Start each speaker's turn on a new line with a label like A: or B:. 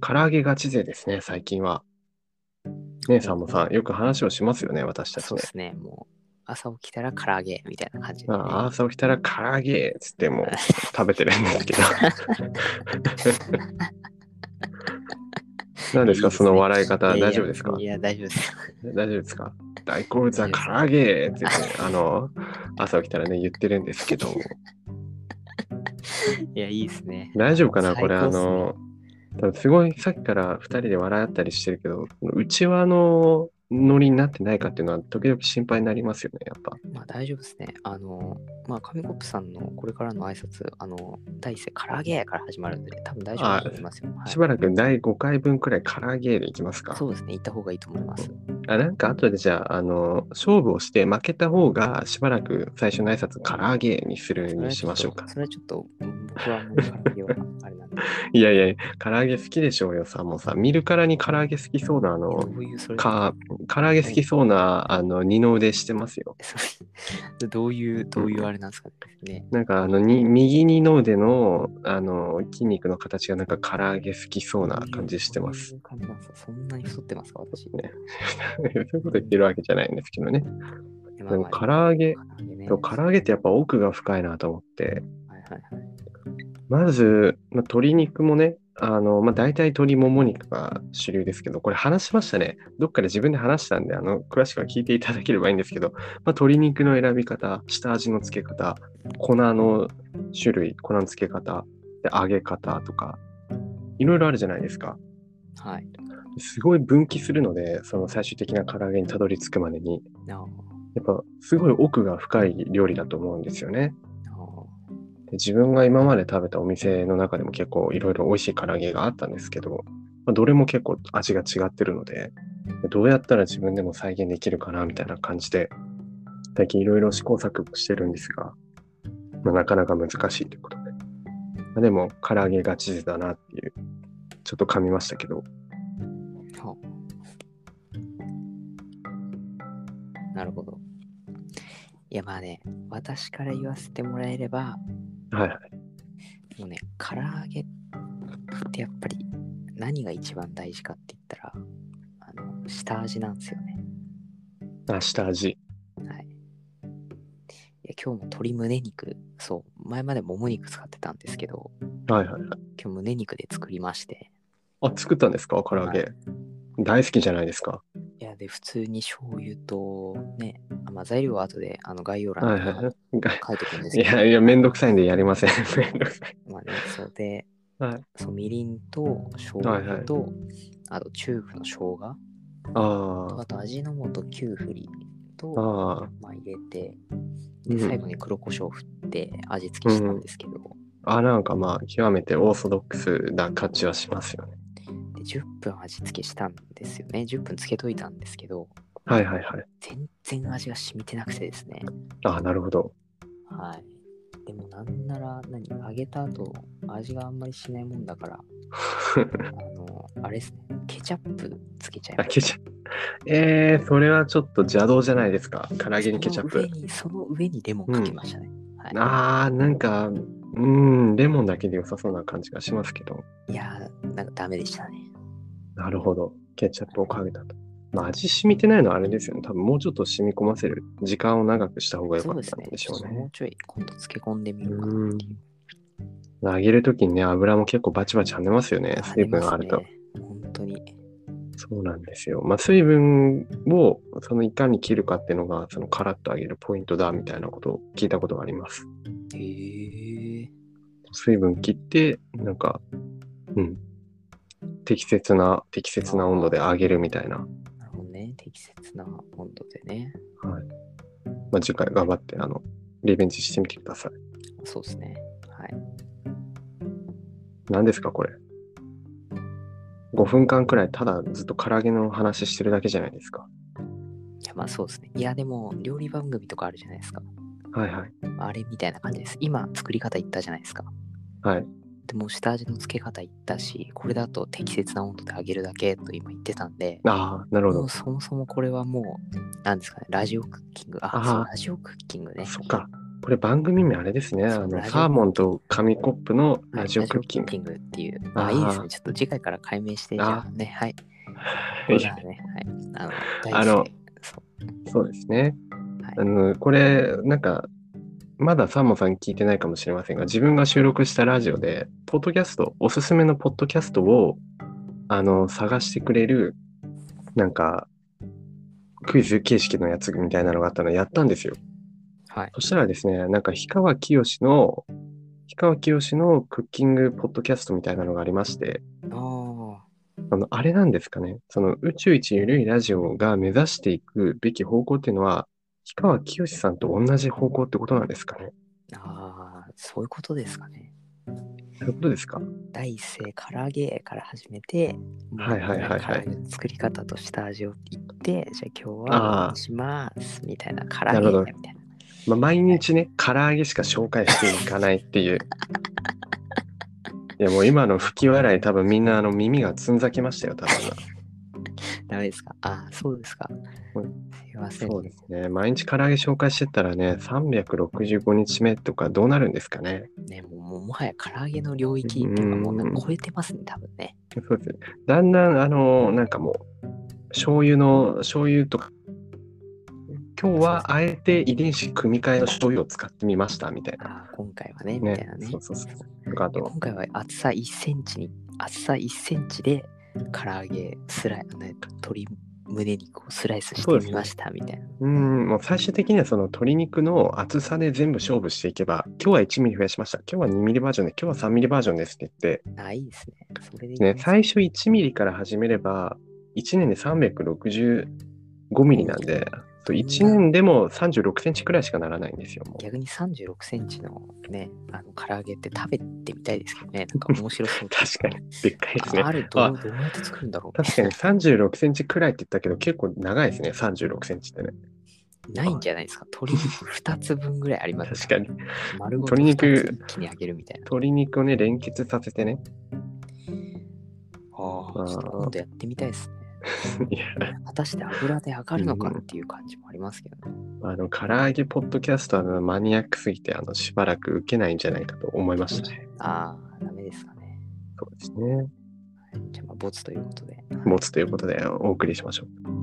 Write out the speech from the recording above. A: 唐揚げガチ勢ですね、最近は。ねサンボさん、よく話をしますよね、私たち
B: そう
A: ね
B: で。すね。もう、朝起きたら唐揚げみたいな感じで、ね。
A: ああ、朝起きたら唐揚げっつってもう 食べてるんですけど。何ですか、その笑い方、
B: やや
A: 大丈夫ですか
B: いや、大丈夫です。
A: 大丈夫ですか大好物は唐揚げって言って、あの、朝起きたらね、言ってるんですけど、
B: いや、いいですね。
A: 大丈夫かな
B: 最
A: こ
B: 高っ
A: れ、
B: すね
A: あの、多分すごいさっきから2人で笑ったりしてるけど、うちわのノリになってないかっていうのは、時々心配になりますよね、やっぱ。
B: まあ、大丈夫ですね。あの、まあ、紙コップさんのこれからの挨拶、あの、第一声、唐揚げから始まるんで、多分大丈夫だと思いますよ。はい
A: しばらく第5回分くらい唐揚げでいきますか。
B: そうですね、行った方がいいと思います。
A: あなんか後でじゃあ、あの、勝負をして負けた方がしばらく最初の挨拶唐揚げにするにしましょうか。
B: それはちょっと、それはちょっと僕はもう唐揚げはあれなんで、
A: いやいや、唐揚げ好きでしょうよ、さ、もうさ、見るからに唐揚げ好きそうな、あの
B: ど、ういうそれ
A: か、唐揚げ好きそうな、あの、二の腕してますよ。
B: それ どういう、どういうあれなんですかね。
A: なんか、あの、に右二の腕の、あの、筋肉の形がなんか唐揚げ好きそうな感じしてま
B: そ
A: す。
B: ういう感じなんですかそんなに太ってますか私。
A: ねそういうこと言ってるわけじゃないんですけどね。
B: で
A: でも、唐揚げ、
B: 唐揚げね。
A: そう唐揚げってやっぱ奥が深いなと思って、
B: はいはいはい。
A: まず、まあ、鶏肉もね、あの、まあ、大体鶏もも肉が主流ですけど、これ話しましたね。どっかで自分で話したんで、あの、詳しくは聞いていただければいいんですけど、まあ、鶏肉の選び方、下味の付け方、粉の種類、粉の付け方、で揚げ方とか、いろいろあるじゃないですか。
B: はい。
A: すごい分岐するので、その最終的な唐揚げにたどり着くまでに、
B: なあ
A: やっぱすごい奥が深い料理だと思うんですよね。
B: なあ
A: で自分が今まで食べたお店の中でも結構いろいろ美味しい唐揚げがあったんですけど、まあ、どれも結構味が違ってるのででどうやったら自分でも再現できるかなみたいな感じで最近いろいろ試行錯誤してるんですが、まあ、なかなか難しいということで、まあ、でも唐揚げがチーズだなっていうちょっと噛みましたけど
B: はあなるほど。いやまあね、私から言わせてもらえれば、
A: はいはい
B: もうね、唐揚げってやっぱり何が一番大事かって言ったら、あの下味なんですよね。
A: あ下味
B: はい。いや今日も鶏胸肉、そう、前までもも肉使ってたんですけど、
A: はいはいはい
B: 今日胸肉で作りまして、
A: あ作ったんですか唐揚げ、
B: は
A: 大好きじゃないですか
B: いや、で、普通に醤油とね、あまあ、材料は後であの概要欄
A: はい
B: に
A: はい
B: 書
A: はい
B: 書いておくんです
A: い
B: けど、
A: やいやめんどくさいんでやりませんめんどくさい
B: まあね、そうで、
A: はい
B: そうみりんと醤油と、あとチューブの生姜
A: あ
B: と
A: ー
B: あと味の素9振りと、
A: あー
B: まあ、入れて
A: う
B: で
A: ん
B: 最後に黒胡椒を振って味付けしたんですけど、
A: あなんかまあ極めてオーソドックスな感じはしますよね
B: で10分味付けしたんですよね10分漬けといたんですけど
A: はいはいはい
B: 全然味が染みてなくてですね
A: ああなるほど
B: はいでもなんなら何揚げた後味があんまりしないもんだから あのあれですねケチャップつけちゃいま
A: あ
B: した
A: ケチャップえー、それはちょっと邪道じゃないですか唐揚げにケチャッ
B: その上
A: プ
B: にその上にレモンかけましたね、はい
A: あーなんかうんレモンだけで良さそうな感じがしますけど
B: いやー、なんかダメでしたね。
A: なるほどケチャップをかけたと、まあ、味染みてないのはあれですよね多分もうちょっと染み込ませる時間を長くした方が良
B: そ
A: か
B: う
A: っ
B: です
A: たん
B: ね。
A: でし
B: ち
A: ょ
B: ょ
A: う
B: っと
A: ね
B: もうちょい今度漬け込んでみようかなっていう。
A: 揚げるときにね、油も結構バチバチ跳ねますよね、
B: あ
A: 水分がある。と
B: 出。ますね本当に。
A: そうなんですよ。まあ、水分をそのいかに切るかっていうのが、そのカラッと揚げるポイントだみたいなことを聞いたことがあります。
B: へえ
A: 水分切って、なんか、うん、適切な、適切な温度で揚げるみたいな。
B: なるほどね。適切な温度でね。
A: まあ、次回頑張って、あの、リベンジしてみてください。
B: そうですね。はい。
A: 何ですか、これ。5分間くらいただずっと唐揚げの話してるだけじゃないですか。
B: いや、まあそうですね。いや、でも、料理番組とかあるじゃないですか。
A: はいはい。
B: あれみたいな感じです。今、作り方言ったじゃないですか。
A: はい。
B: でも、下味の付け方言ったし、これだと適切な温度で揚げるだけと今言ってたんで、
A: ああ、なるほ
B: も
A: ど
B: う。そもそもこれはもう、なんですかね、ラジオクッキング。あ、
A: あー
B: そう、ラジオクッキングね。
A: そっか。これ番組名あれですね。あ
B: そうラ
A: の、
B: ジオ
A: サーモンと紙コップのラジオクッキング。
B: ラジオクッキングっていう。
A: あー
B: あいいですね。ちょっと次回から解明して、じゃあね、はい。
A: い
B: じゃあね、はい。あの、
A: あの
B: 大事でそ
A: そうですね。
B: う。はい
A: あ。の、これ、なんか、まだサーモンさん聞いてないかもしれませんが、自分が収録したラジオで、ポッドキャスト、おすすめのポッドキャストを、あの、探してくれる、なんか、クイズ形式のやつみたいなのがあったのやったんですよ。
B: はい。
A: そしたらですね、なんか、氷川きよしの、氷川きよしのクッキングポッドキャストみたいなのがありまして、あ
B: あ
A: の、あれなんですかね。その宇宙一ゆるいラジオが目指していくべき方向っていうのは、氷川きよしさんと同じ方向ってことなんですかね。
B: あ、ああ、そういうことですかね。
A: そういうことですか
B: 第一声唐揚げから始めて、
A: はいはいはいはい
B: 唐揚げの作り方と下味を言って、じゃあ今日
A: あ
B: は
A: ー
B: しますみたいな唐
A: な
B: 揚
A: るほ
B: げ
A: ど
B: みたいな。
A: まあ、毎日ね、唐揚げしか紹介していかないっていう。いや、もう今の吹き笑い、多分みんなあの耳がつんざきましたよ、多分
B: ダメですかああ、そうですか。
A: う
B: すいません。
A: そうですね。毎日唐揚げ紹介してったらね、365日目とかどうなるんですかね。
B: ね、もうもうもはや唐揚げの領域っていうか、もうなんか超えてますね、多分ね。
A: そうですね。だんだん、あの、なんかもう、醤油の、醤油とか、今日はあえて遺伝子組み換えの醤油を使ってみました、みたいな。
B: ああ、今回はね、みたい
A: ね
B: な、ね。
A: そうそうそう。とか、あと、
B: 今回は厚さ1センチに厚さ1センチで唐揚げスライ、ね、鶏胸肉をスライスしてみましたみたいな。
A: うん、もう最終的にはその鶏肉の厚さで全部勝負していけば、今日は1ミリ増やしました、今日は2ミリバージョンで、今日は3ミリバージョンですって言っ
B: あ、いいですね。それでいい
A: て、ね、最初1ミリから始めれば、1年で365ミリなんで、そう1年でも36センチくらいしかならないんですよ。もう。
B: 逆に36センチのね、あの唐揚げって食べてみたいですけどね、なんか面白そ う
A: 確かに、でっかいです
B: あ
A: ね。
B: あると
A: あ
B: どうやって作るんだろう
A: 確かに36センチくらいって言ったけど、結構長いですね、36センチってね。
B: ないんじゃないですか。鶏肉2つ分ぐらいあります、
A: 確かに。。
B: 丸ごと
A: 鶏肉
B: 2つ一気に揚げるみたいな。
A: 鶏肉をね、連結させてね。
B: ああ、ちょっと今度やってみたいですね。
A: いや
B: 果たして油で揚がるのかっていう感じもありますけどね。
A: あの、唐揚げポッドキャストはあのマニアックすぎて、あの、しばらく受けないんじゃないかと思いましたね。
B: ああ、ダメですかね。
A: そうですね。
B: じゃあ、まあ、ボツということで。
A: 持つということでお送りしましょう。